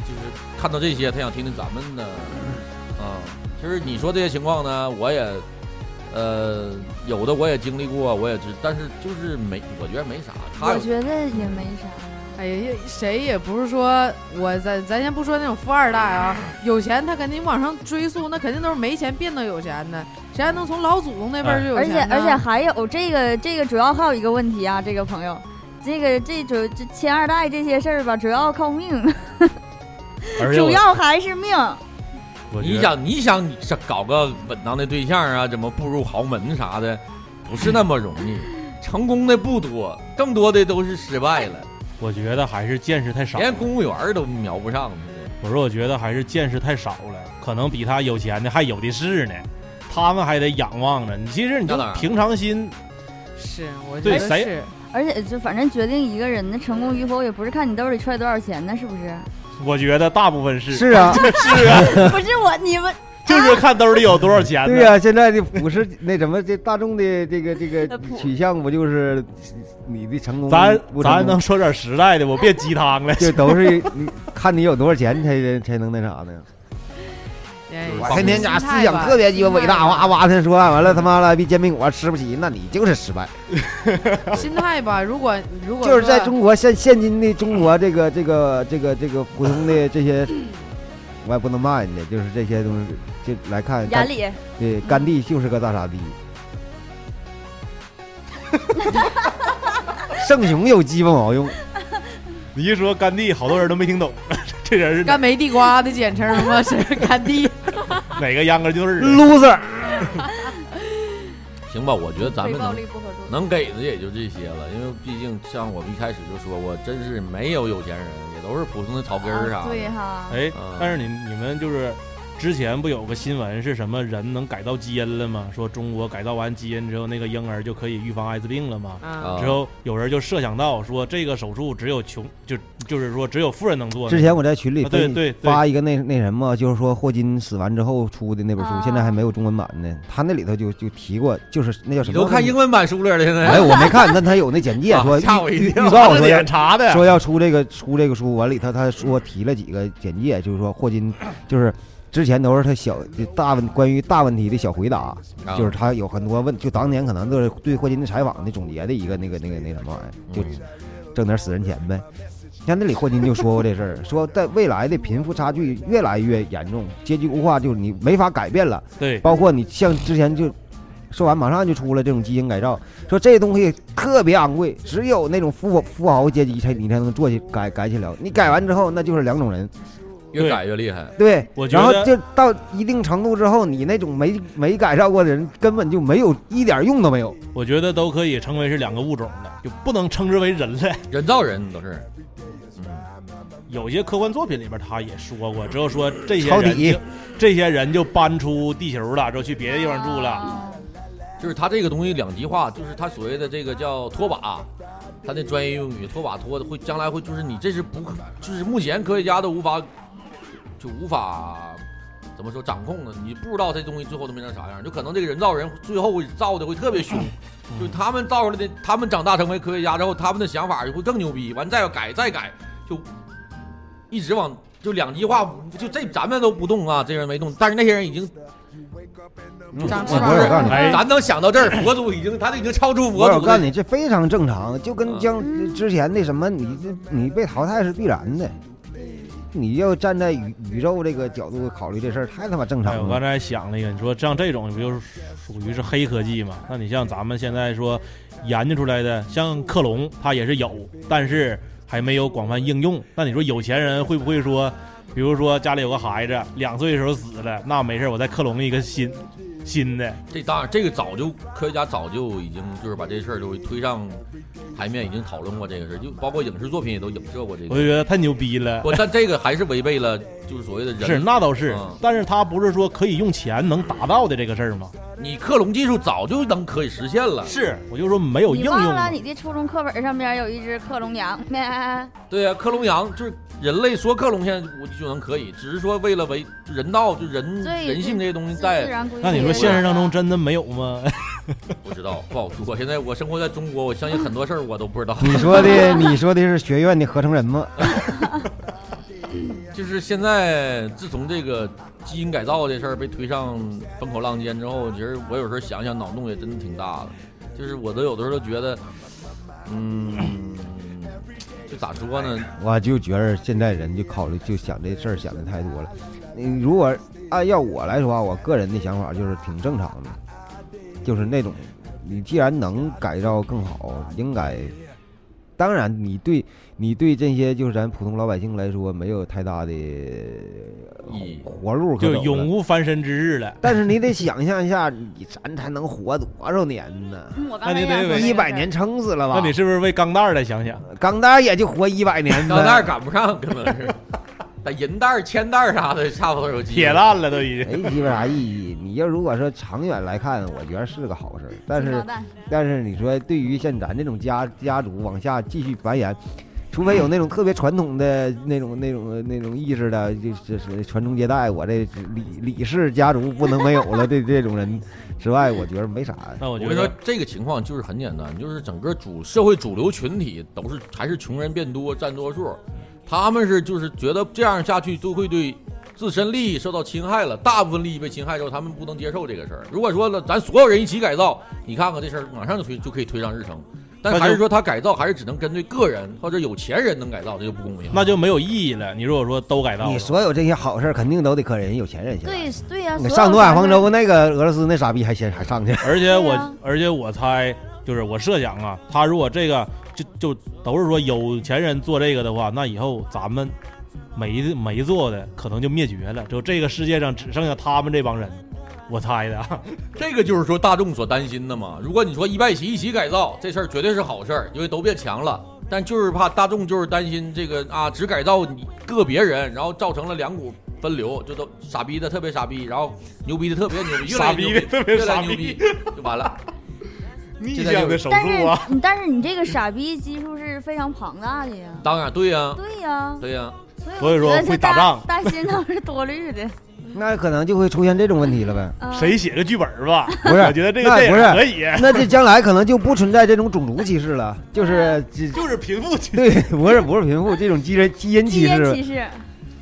就是看到这些，他想听听咱们的啊。就是你说这些情况呢，我也呃，有的我也经历过，我也知，但是就是没，我觉得没啥。他我有觉得也没啥。哎呀，谁也不是说我咱咱先不说那种富二 代啊，有钱他肯定往上追溯，那肯定都是没钱变到有钱的，谁还能从老祖宗那哎辈儿就有而且钱呢？而且还有这个这个主要还有一个问题啊，这个朋友，这个这主这千二代这些事儿吧，主要靠命。 而且主我要还是命。我觉你得想你想你想搞个稳当的对象啊，怎么步入豪门啥的，不是那么容易，成功的不多，更多的都是失败了，我觉得还是见识太少了。连公务员儿都瞄不上他。我说，我觉得还是见识太少了，可能比他有钱的还有的是呢，他们还得仰望着你。其实你就那当然平常心，是，我觉对得谁是。而且就反正决定一个人的成功与否，也不是看你兜里揣多少钱呢，是不是？ 我觉得大部分是是啊，是啊，不是我，你们哎就是看兜里有多少钱呢。对呀、现在的不是那什么，这大众的这个这呃个普取向不就是你的成功咱不成咱能功，说点实在的，我别鸡汤了。就都是你看你有多少钱才才能那啥呢？哎我我放天天心家态思想吧特别鸡巴心伟态大，啊哇吧哇的说完了，他妈了，比煎饼果吃不起，那你就是失败。心态吧。如果如果就是在说中国现现今的中国这个这个这个这个普通的这 些，我也不能骂人家，就是这些东西就来看压甘力对甘地就是个大傻 逼。圣雄有鸡巴 毛用， 你一说甘地，好多人都没听懂， 这人是哪干梅地瓜的简称吗？是干地。哪个秧歌就是人 loser。行吧，我觉得咱非们暴能力不可多。能给的也就这些了，因为毕竟像我们一开始就说过，真是没有有钱人，也都是普通的草根儿啥啊的。对哈，哎嗯，但是你你们就是之前不有个新闻是什么人能改造基因了吗？说中国改造完基因之后，那个婴儿就可以预防艾滋病了吗？啊，啊之后有人就设想到说，这个手术只有穷，就就是说只有富人能做。之前我在群里啊对分对对发一个那那什么，就是说霍金死完之后出的那本书，啊现在还没有中文版呢。他那里头就就提过，就是那叫什你么？都看英文版书了的现在？哎，我没看，但他有那简介啊说吓我一预跳啊预告 是说检查的，说要出这个出这个书，完里头他说提了几个简介，就是说霍金就是之前都是他小就大问关于大问题的小回答，啊就是他有很多问，就当年可能就是对霍金的采访的总结的一个那个那个那什么玩嗯意儿，就挣点死人钱呗。你看那里霍金就说过这事儿，说在未来的贫富差距越来越严重，阶级固化就是你没法改变了，对，包括你像之前就说完，马上就出了这种基因改造，说这东西特别昂贵，只有那种富富豪阶级才你才能做起改改起来。你改完之后，那就是两种人，越改越厉害。对。我觉然得后就到一定程度之后，你那种没没改造过的人，根本就没有一点用都没有。我觉得都可以成为是两个物种的，就不能称之为人类。人造人都是， 嗯有些科幻作品里边他也说过，之后说这些抄人底就这些人就搬出地球了，之后去别的地方住了。啊就是他这个东西两极化，就是他所谓的这个叫拖把，他那专业用语拖把拖的会将来会就是你这是不就是目前科学家都无法就无法怎么说掌控的，你不知道这东西最后都变成啥样，就可能这个人造人最后会造的会特别凶，嗯就他们造出来的，他们长大成为科学家之后，他们的想法就会更牛逼，完再改再改，就一直往就两极化，就这咱们都不动啊，这人没动，但是那些人已经嗯长翅我膀我告诉了你，哎咱能想到这儿，佛祖已经他都已经超出我佛祖我告诉了。你，这非常正常，就跟嗯将之前那什么，你这你被淘汰是必然的。你要站在宇宇宙这个角度考虑这事儿，太他妈正常哎，我了刚。才想了一个，你说像这种不就是属于是黑科技嘛？那你像咱们现在说研究出来的，像克隆，它也是有，但是还没有广泛应用。那你说有钱人会不会说，比如说家里有个孩子两岁的时候死了，那没事儿，我再克隆一个新新的，这当然，这个早就科学家早就已经就是把这事儿就推上台面，已经讨论过这个事儿，就包括影视作品也都影射过这个。我就觉得太牛逼了。不，但这个还是违背了就是所谓的人。是，那倒是嗯，但是他不是说可以用钱能达到的这个事儿吗？你克隆技术早就能可以实现了。是，我就说没有应你用啊忘嘛了你的初中课本上边有一只克 隆羊哎咩？对呀、克隆羊就是人类说克隆现在我就能可以，只是说为了维人道就人对人性这些东西自在然规律那你说的现实当中真的没有吗？不知道不好说。现在我生活在中国，我相信很多事儿我都不知道。你说的， 你说的是学院的合成人吗？就是现在，自从这个基因改造这事儿被推上风口浪尖之后，其实我有时候想想，脑洞也真的挺大的。就是我都有的时候觉得，嗯，就咋说呢？我就觉得现在人就考虑就想这事儿想的太多了。你如果按要我来说啊，我个人的想法就是挺正常的，就是那种你既然能改造更好，应该当然，你对你对这些就是咱普通老百姓来说没有太大的意义活路可就走永了。无翻身之日了。但是你得想象一下，你咱才能活多少年呢？嗯我那刚才你也想得说为这一个百事儿年撑死了吧？那你是不是为钢蛋儿来想想？钢蛋儿也就活一百年呗。钢蛋儿赶不上，可能是。但银蛋儿、铅蛋儿啥的，差不多有机会。铁烂了都已经。没鸡巴啥意义。你要如果说长远来看，我觉得是个好事儿。但金是毛蛋但是你说对于像咱这种家家族往下继续繁衍，除非有那种特别传统的那种那种那种意识的，就是是传宗接代，我这李李氏家族不能没有了这这种人之外，我觉得没啥。那我我觉跟你说得，，这个情况就是很简单，就是整个主社会主流群体都是还是穷人变多占多数，他们是就是觉得这样下去就会对自身利益受到侵害了，大部分利益被侵害之后，他们不能接受这个事儿。如果说了咱所有人一起改造，你看看这事儿马上就推就可以推上日程，但那就还是说他改造还是只能针对个人或者有钱人能改造，这就不公平。那就没有意义了。你如果说都改造了，你所有这些好事儿肯定都得靠人有钱人去干。对对呀，你所上有东亚啥方事儿舟那个俄罗斯那傻逼还先还上去，而且我、对啊而且我猜，就是我设想啊，他如果这个就就都是说有钱人做这个的话，那以后咱们没没做的可能就灭绝了，就这个世界上只剩下他们这帮人。我猜的啊，这个就是说大众所担心的嘛。如果你说一拜旗一起改造，这事儿绝对是好事儿，因为都变强了。但就是怕大众就是担心这个啊，只改造你个别人，然后造成了两股分流，就都傻逼的特别傻逼，然后牛逼的特别牛逼，越来傻越逼牛的逼，特别越来傻越牛逼逼，就完了。 逆这才向就的是手但术啊！是你但是你这个傻逼基数是非常庞大的呀。当然，对呀、对呀，对呀、所以我说觉得这会打大仗大心肠是多虑的。 那可能就会出现这种问题了呗。嗯谁写个剧本儿吧？ 不是我觉得这个那电不影是可以， 那这将来可能就不存在这种种族歧视了，就是这就是贫富 区。对，不是不是贫富这种基因基因基歧因视歧视？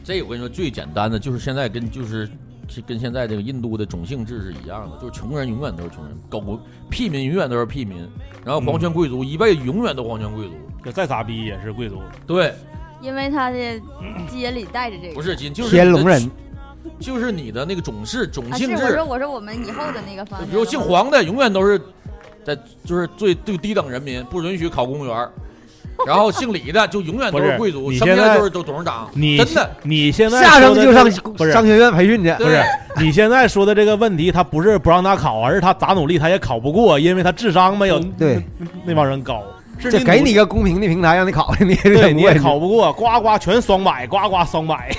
这我跟你说，最简单的就是现在跟就是是跟现在这个印度的种姓制是一样的，就是穷人永远都是穷人，狗屁民永远都是屁民，然后皇权贵嗯族一辈子永远都皇权贵族。就再傻逼也是贵族，对，因为他的 基因里带着这不个。是金，就是天你的龙人，就是你的那个种氏种啊，是姓我制说，我说我们以后的那个方比向，如姓黄的永远都是在就是最最低等人民，不允许考公务员儿。然后姓李的就永远都不是贵族，你生现下在来就是都董事长，你真的你现在下说生的就上这不是上学院培训去。对不是你现在说的这个问题，他不是不让他考，而是他咋努力他也考不过，因为他智商没有对，那帮人高。是嗯这努给你个公平的平台让你考去，你也对，你也过去考不过，呱呱全双百，呱呱双百。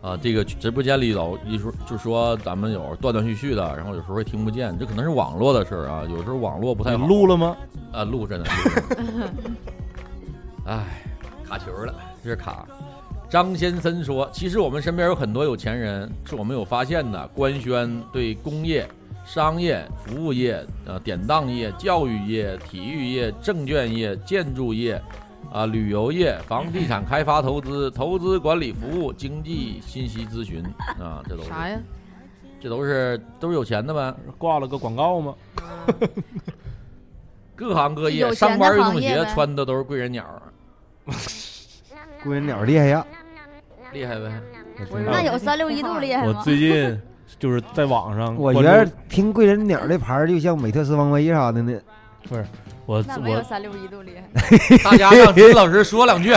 啊，这个直播间里老一说就说咱们有断断续续的，然后有时候也听不见，这可能是网络的事儿啊，有时候网络不太你好录了吗？啊，录着呢。录着呢 唉，卡球了，这是卡。张先生说：“其实我们身边有很多有钱人，是我没有发现的。官宣对工业、商业、服务业、呃典当业、教育业、体育业、证券业、建筑业、啊、旅游业、房地产开发投资、投资管理服务、经济信息咨询啊，这都是啥呀？这都是都是有钱的呗。挂了个广告吗？各行各业，有钱的上班运动行业鞋呗穿的都是贵人鸟，孤人鸟厉害呀，厉害呗。”那有三六一度厉害啊我吗？最近就是在网上 我关注，觉得听贵人鸟这牌儿就像美特斯邦威啥的呢。我那没有我三六一度厉害。大家让金老师说两句。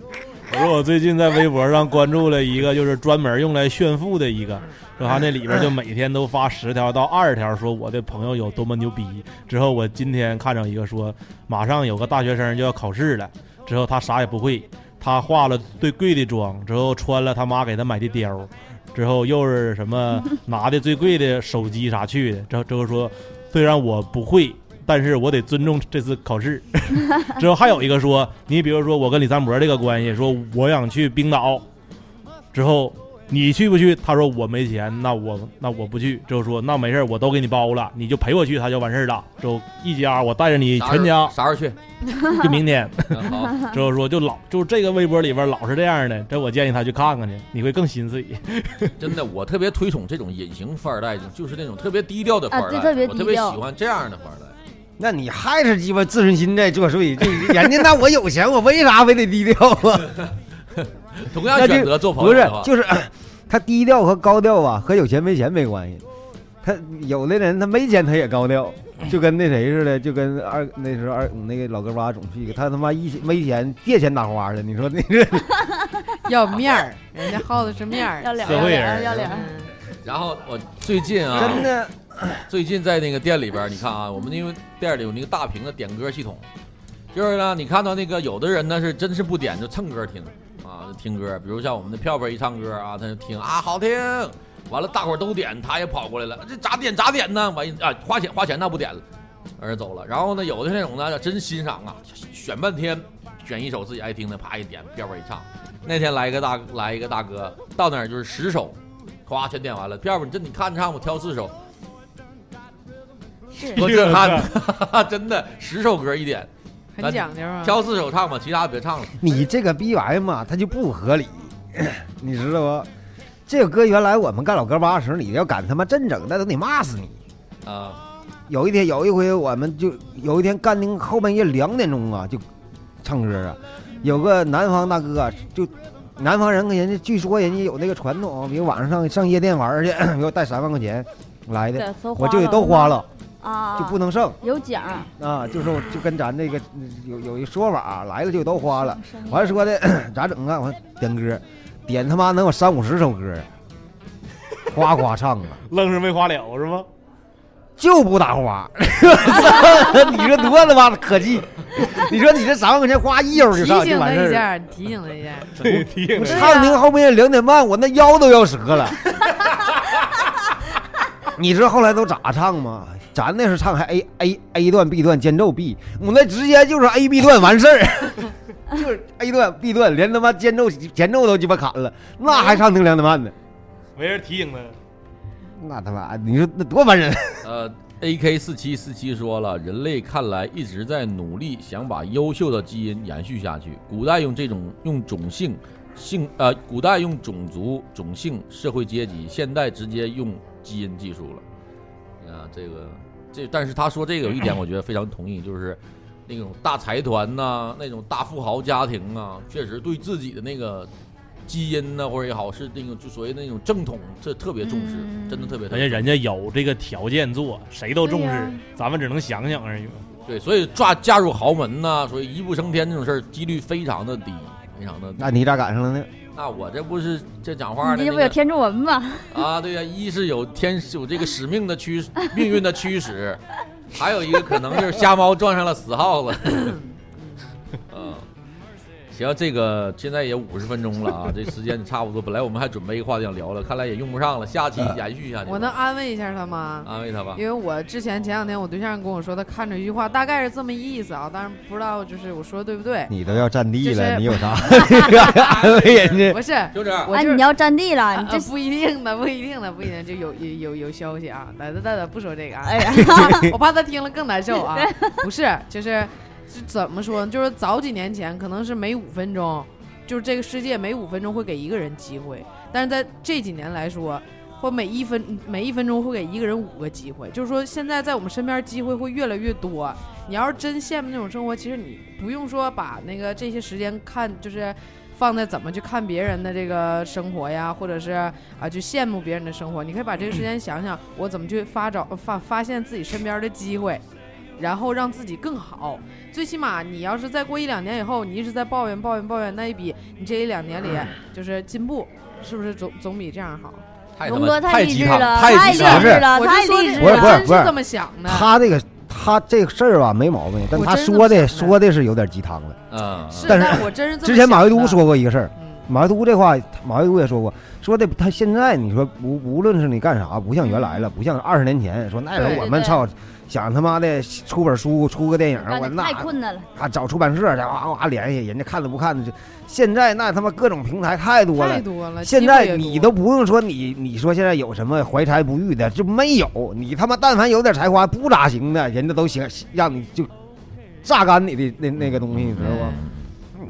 我说我最近在微博上关注了一个，就是专门用来炫富的一个，然后他那里边就每天都发十条到二十条，说我的朋友有多么牛逼。之后我今天看着一个说，马上有个大学生就要考试了，之后他啥也不会，他化了最贵的妆，之后穿了他妈给他买的貂，之后又是什么拿的最贵的手机啥去的，之后之后说，虽然我不会。但是我得尊重这次考试，之后还有一个说，你比如说我跟李三伯这个关系，说我想去冰岛，之后你去不去？他说我没钱，那我那我不去。之后说那没事儿，我都给你包了，你就陪我去，他就完事儿了。之后一家我带着你全家啥时候 去？就明天。嗯好，之后说就老就这个微博里边老是这样的，这我建议他去看看去，你会更心碎。真的，我特别推崇这种隐形富二代，就是那种特别低调的富啊二代，对特别我低特别调喜欢这样的富二代。那你还是鸡巴自尊心在作祟，这人家那我有钱，我为啥非得低调啊？同样那就选择做朋不友是的话，，就是 他低调和高调啊，和有钱没钱没关系。他有的人他没钱他也高调，就跟那谁似的，就跟二那时候二那个老哥挖总去，他他妈一没钱借钱打花的，你说那是 要面儿，人家耗的是面儿，啊 要脸社要会脸人 要脸嗯，然后我最近啊，真的最近在那个店里边儿，你看啊，我们因为店里有那个大屏的点歌系统，就是呢，你看到那个有的人呢是真是不点就蹭歌听啊，就听歌，比如像我们的票票一唱歌啊，他就听啊好听，完了大伙儿都点，他也跑过来了，这咋点咋点呢？完啊花钱花钱那不点了，完事走了。然后呢，有的那种呢真欣赏啊，选半天选一首自己爱听的，啪一点，票票一唱。那天来一个大来一个大哥，到那儿就是十首，夸全点完了，票票你这你看唱我挑四首。是多震撼！ 真的，十首歌一点，很讲究啊。挑四首唱吧，其他别唱了。你这个逼玩意嘛，它就不合理，你知道不？这个歌原来我们干老哥挖的时候，你要敢他妈真整，那都得骂死你。啊、有一天有一回，我们就有一天干那个后半夜两点钟啊，就唱歌啊，有个南方大哥、啊、就。南方人跟人家据说人家有那个传统，比如晚上上上夜店玩儿去， 给我带三万块钱来的，对，都我就给都花了，啊，就不能剩有奖。啊。就是我就跟咱这个有有一说法啊，来了就都花了。生意完了说的 咋整啊？我说点歌，点他妈能有三五十首歌，啊夸夸唱啊， 愣是没花了是吗？就不打花。 你说多他妈的可气！你说你这三万块钱花一悠就提上醒就他完一事儿了。下，提醒他一 下，真提醒人我对唱那个后半夜两点半，我那腰都要折了。 你知道后来都咋唱吗？咱那时候唱还 A A A 段 B 段间奏 B，我那直接就是 A B 段完事 儿，就是 A 段 B 段连他妈间奏前奏都鸡巴砍了，那还唱听两点半呢。没人提醒他。那他妈，你说那多烦人！呃，A K 四七四七说了，人类看来一直在努力想把优秀的基因延续下去。古代用这种用种姓性呃，古代用种族、种姓、社会阶级，现代直接用基因技术了。啊，这个这，但是他说这个有一点，我觉得非常同意，就是那种大财团呐、那种大富豪家庭啊，确实对自己的那个基因呐、或者也好，是那种就所谓那种正统，这特别重视，嗯真的特别重而视且。 人家有这个条件做，谁都重对视呀，咱们只能想想而已。对，所以嫁嫁入豪门呐、所以一步升天这种事儿几率非常的低，非常的低。那你咋赶上了呢？。那我这不是这讲话的、你这那不有个、天助文吗？啊？对呀、一是有天有这个使命的驱命运的驱使，还有一个可能就是瞎猫撞上了死耗子。嗯，行，这个现在也五十分钟了啊，这时间差不多。本来我们还准备一个话题想聊了，看来也用不上了，下期延续下去吧。我能安慰一下他吗？安慰他吧因？为我之前前两天我对象跟我说，他看着一句话，大概是这么意思啊，当然不知道就是我说的对不对你都要占地就了， 是你有啥安慰人家？不是，就这样，我哎，就是你要占地了，啊你这啊不一定的，不一定的，不一定的就有有有有消息啊！等等等等，不说这个啊，哎呀， 我怕他听了更难受啊。不是，就是是怎么说呢？就是早几年前，可能是每五分钟，就是这个世界每五分钟会给一个人机会，但是在这几年来说。或每一分每一分钟会给一个人五个机会，就是说现在在我们身边机会会越来越多。你要是真羡慕那种生活，其实你不用说把那个这些时间看，就是放在怎么去看别人的这个生活呀，或者是啊，去羡慕别人的生活。你可以把这个时间想想，我怎么去发找呃发发现自己身边的机会，然后让自己更好。最起码你要是再过一两年以后，你一直在抱怨抱怨抱怨那一笔，你这一两年里就是进步，是不是总总比这样好？太他龙妈哥啊太励鸡志汤了，太太鸡励汤了不是志了，我太就说励这志个不是不人了。真是这么想的。他这个他这个事儿吧没毛病，但我他真这么说的想的说的是有点鸡汤了。嗯，是，但是我真是这么之前马未想都的，说过一个事儿，嗯，马未都这话马未都也说过，说的他现在你说无无论是你干啥，不像原来了，不像二十年前说那时嗯对候我们对对操想他妈的出本书出个电影，干我得那太困难了，啊找出版社去哇哇联系，人家看都不看，这现在那他妈各种平台太多了太。多了。现呃机会在也你多都不用说你，你说现在有什么怀才不遇的，就没有。你他妈但凡有点才华，不咋行的，人家都行，让你就榨干你的那那个东西，你知道吗？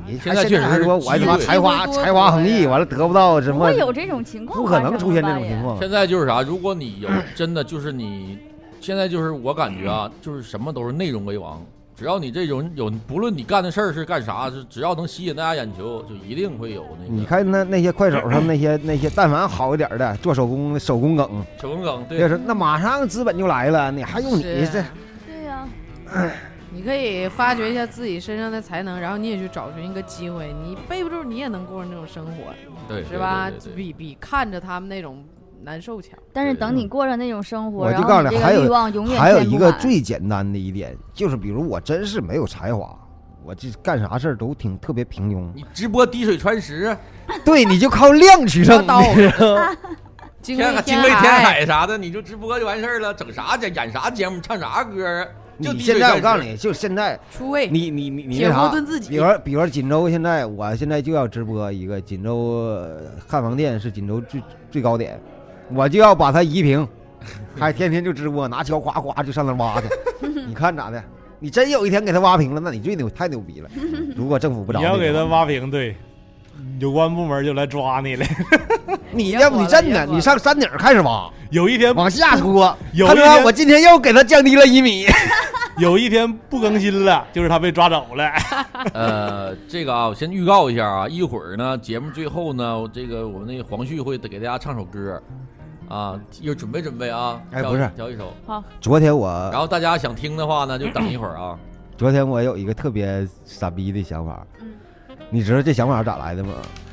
你嗯现在确实还是说我他妈机会才华多多才华横溢，呀完了得不到什不么会，有这种情况啊不发可生吧，能出现这种也情。况。现在就是啥？如果你有真的就是你，现在就是我感觉嗯啊，就是什么都是内容为王。只要你这种有，不论你干的事儿是干啥，是只要能吸引大家眼球，就一定会有那个。你看那那些快手上那些那些，但凡好一点的做手工的手工梗，手工梗，就对，是那马上资本就来了，你还用你是啊这你可以发掘一下自己身上的才能，然后你也去找寻一个机会。你背不住，你也能过上这种生活，对，是吧？对对对对比比看着他们那种难受强。但是等你过上那种生活，我就然告诉后你你这还个有欲望永远还有填不一个满最简单的一点，就是比如我真是没有才华，我这干啥事儿都挺特别平 庸。你直播滴水穿石，对，你就靠量取要 胜。刀， 精天卫海精卫卫天海，海啥的，你就直播就完事儿了，整啥演演啥节目，唱啥歌啊？就你滴现水在穿我告诉石，你，就现在，出位，你你你你哎铁那锅啥，炖自比己如，说比如说锦州现在，我现在就要直播一个锦州呃汉房店是锦州最最高点，我就要把它移平，还天天就直播，拿锹哗哗就上那 挖去，你看咋的？你真有一天给它挖平了，那你最牛太牛逼了。如果政府不找你要你给的他话挖平，对，有关部门就来抓你了。 你别要不火你了真别的，火你了上山顶儿开始挖，有一天，往下拖。有他一说天我今天又给他降低了一米。有一天不更新了，就是他被抓走了。呃，这个啊，我先预告一下啊，一会儿呢，节目最后呢，我这个我们那个黄旭会给大家唱首歌，啊，一会儿准备准备啊，哎挑不是挑一首，昨天然我，后大家想听的话呢，就等一会儿啊，昨天我有一个特别傻逼的想法嗯，你知道这想法咋来的吗？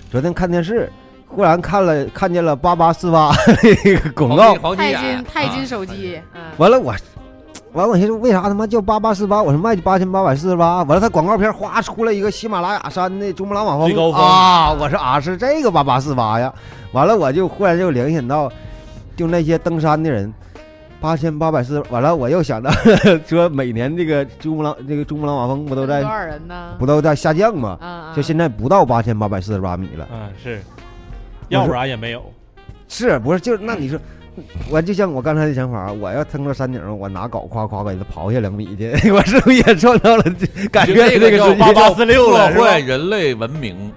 昨天看电视，忽然看了看见了八八四八那个呃广黄告金，黄金钛眼金钛金啊手机，嗯，完了我，完了我寻思为啥他妈叫八八四八？我是卖八千八百四十八。完了他广告片哗出来一个喜马拉雅山的珠穆朗玛峰最高峰啊！我说啊是这个八八四八呀。完了我就忽然就联想到，就那些登山的人。八千八百四，完了我又想到 说，每年这个珠穆朗这个珠穆朗玛峰不都多在少人呢？不都在下降吗？啊啊！就现在不到八千八百四十八米了， 嗯，是，要不然也没有。是不是？就是那你说，我就像我刚才的想法，我要腾到山顶上，我拿镐夸夸给它刨下两米去， 我是不是也创造了这感觉这个这个叫世界八八四六了，破坏是吧？人类文明，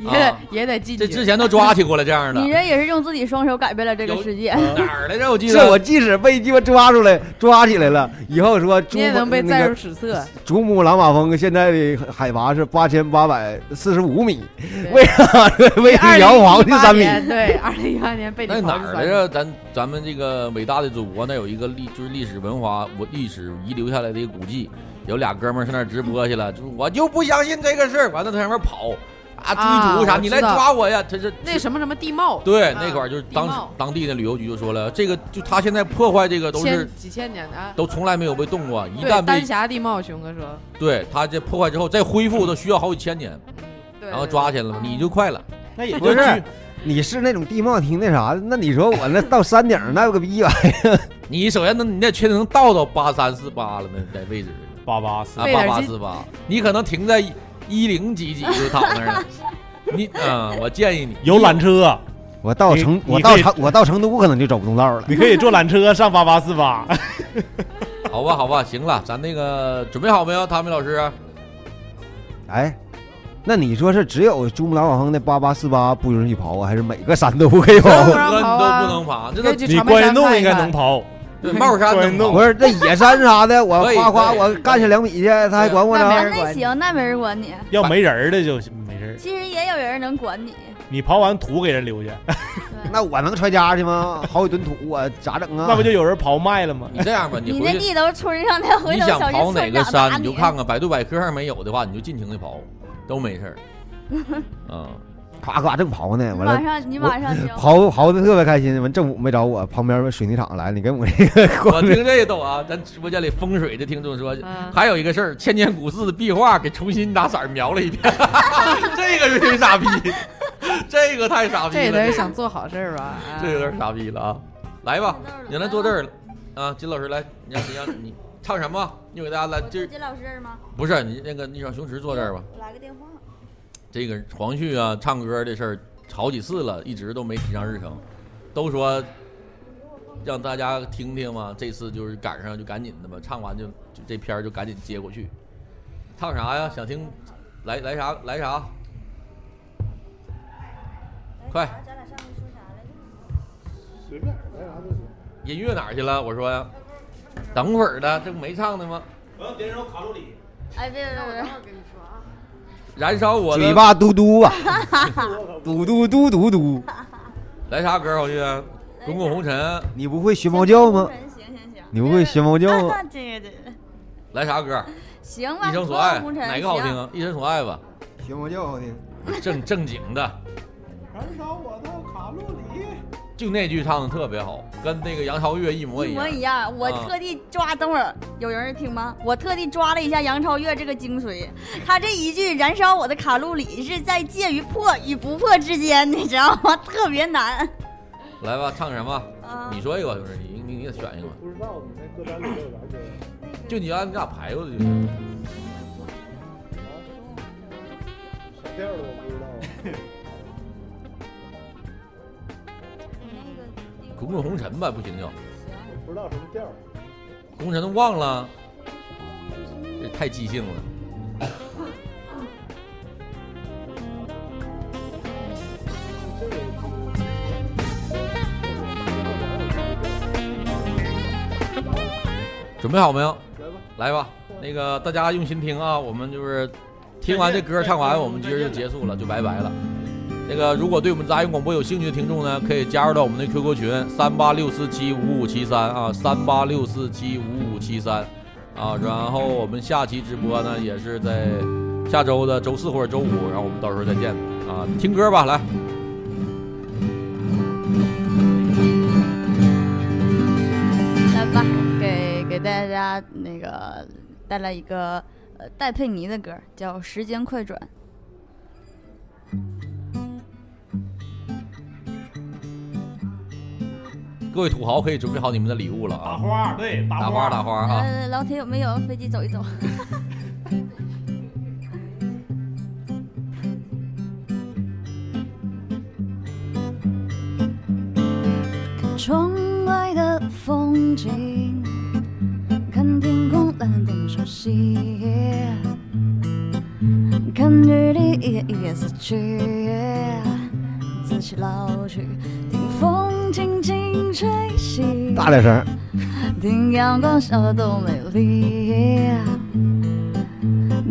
也啊也得进这去。之前都抓起过了这样的你，这也是用自己双手改变了这个有世界。哪儿来着？我记是得我即使被鸡巴抓住来，抓起来了，以后说珠你也能被载那入个史册，珠穆朗玛峰现在的海拔是八千八百四十五米，对为 啥为二啥零摇一晃八是三米？年对，二零一八年被你那哪刨去儿三来米着？咱咱们这个伟大的祖国那有一个历就是历史文化我历史遗留下来的一个古迹，有俩哥们儿上那儿直播去了，就是我就不相信这个事儿，完了他上面跑啊啊追逐啥，我你知来道抓我呀！他是那什么什么地貌，对啊那块儿就是地当时貌当地的旅游局就说了，这个就他现在破坏这个都是千几千年的啊。都从来没有被动过，一对，旦被丹霞地貌，熊哥说，对他这破坏之后再恢复都需要好几千年，对然后抓起来了，你就快了。那也不就是去，你是那种地貌挺那啥的，那你说我那到山顶儿那有个逼玩意儿你首先能你得确定能到到八三四八了呢，在位置。八八四啊，费八点八劲四八，你可能停在一零几几就躺那儿了。你啊、我建议你有缆车，啊我到你成我你到可以成我到成都可能就走不动道了。你可以坐缆车上八八四八。好吧，好吧，行了，咱那个准备好没有，汤米老师？哎，那你说是只有珠穆朗玛峰的八八四八不允许刨啊，还是每个山都不 可以当刨？然哥你好都啊不能爬，这可以个去你长白关云山洞看应一该看能刨，对帽山关能云跑洞不是这野山啥 的，我可以夸夸可以我干下两米去，他还管我那没呢人。那管你行，那没人管你。要没人儿的就没事儿。其实也有人能管你。你刨完土给人留下，啊对那我能揣家去吗？好几吨土，我咋整啊？那不就有人刨卖了吗？你这样吧，你回那去，地头村上的回你头想小刨哪区村个长打山，你就看看百度百科上没有的话，你就尽情的刨，都没 事儿。嗯，夸夸正刨呢，你完了马。上你马上就刨刨的特别开心，完政府没找我，旁边水泥厂来，你跟我这个我光听这个逗啊，咱直播间里风水的听众说，啊还有一个事儿，千年古寺的壁画给重新拿色儿描了一遍， 这个是挺傻 逼，这个太傻逼这也了，得是想做好事 儿吧？啊这有点傻逼了啊！来吧，你来坐这儿了啊，金老师来，你让你让你唱什么？你给大家来，就是金老师吗？不是你那个，你让熊池坐这儿吧。来个电话。这个黄旭啊，唱歌的事儿好几次了，一直都没提上日程，都说让大家听听嘛。这次就是赶上就赶紧的吧，唱完就就这片儿就赶紧接过去。唱啥呀？想听来来啥来啥？快！咱俩上回说啥来着？随便来啥都行。音乐哪儿去了？我说呀，等会儿呢，这不没唱呢吗？我要点首卡路里。哎，别别别别！燃烧我的嘴巴嘟嘟 啊，嘟嘟嘟嘟嘟，来啥歌？黄旭，滚滚红尘。你不会学猫叫吗？行行行，你不会学猫叫吗？这个这个，来啥歌？行吧，一生所托梦爱红尘哪个好听行啊？一生所爱 吧，学魔教好听，正正经的，燃烧我的卡路里。就那句唱的特别好，跟那个杨超越一模一一模样。一样。我啊特地抓，等会儿有人听吗？我特地抓了一下杨超越这个精髓，他这一句“燃烧我的卡路里”是在介于破与不破之间，你知道吗？特别难。来吧，唱什么？啊你说一个，就是你你你也选一个，不知道你那歌单里有啥歌？就你按你俩排过的就行。啥调的我不知道。啊嗯滚滚红尘吧，不行就我不知道什么调。红尘都忘了，这太即兴了。这个准备好没有？来来吧，吧，那个大家用心听啊，我们就是听完这歌唱完，我们今儿就结束了，就拜拜了。那个如果对我们杂音广播有兴趣的听众呢，可以加入到我们的 QQ 群三八六四七五五七三啊，三八六四七五五七三啊。然后我们下期直播呢，也是在下周的周四或者周五，然后我们到时候再见啊。听歌吧，来。来吧，给给大家那个带来一个呃戴佩妮的歌，叫《时间快转》。各位土豪可以准备好你们的礼物了打啊！花，对，打花打花啊！呃，老铁有没有飞机走一走？看 窗外的风景，看天空蓝得熟悉，看日历一页一页撕去，仔细老去，听风轻轻吹醒。大点声，听阳光笑得多美丽，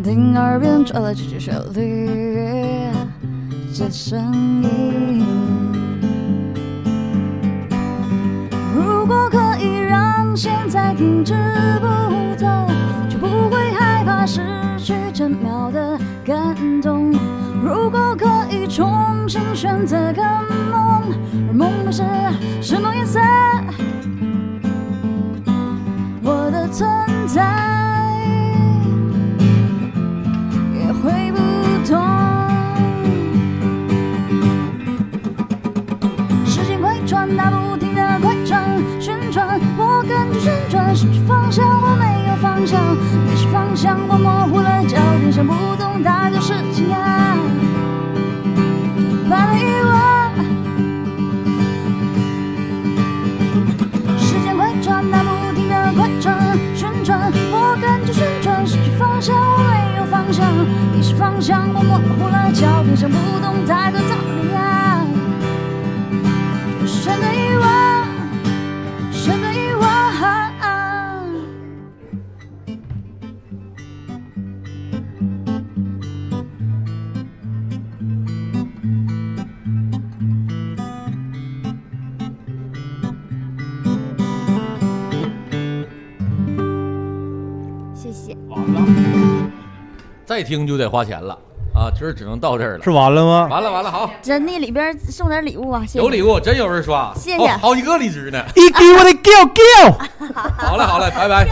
听耳边传来几句旋律，这声音。如果可以让现在停止不走，就不会害怕失去这秒的感动。如果可以重新选择个梦，而梦的是什么颜色？我的存在也会不同。时间快转，它不停的快转旋转，我跟着旋转，失去方向，我没有方向，迷失方向，我模糊了焦点，想不通它就是情啊，把它遗忘。时间快转，它不停的快转旋转，我跟着旋转，失去方向，我没有方向，迷失方向，我模糊了焦点，想不懂太多道理啊，选择遗忘，选择遗忘。谢谢。完了，再听就得花钱了啊！今儿只能到这儿了。是完了吗？完了完了，好，真的里边送点礼物啊，谢谢。有礼物，真有人刷，谢谢哦好几个荔枝呢。一给我的 g i 好嘞好嘞，拜拜，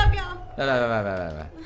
拜拜拜拜拜拜拜。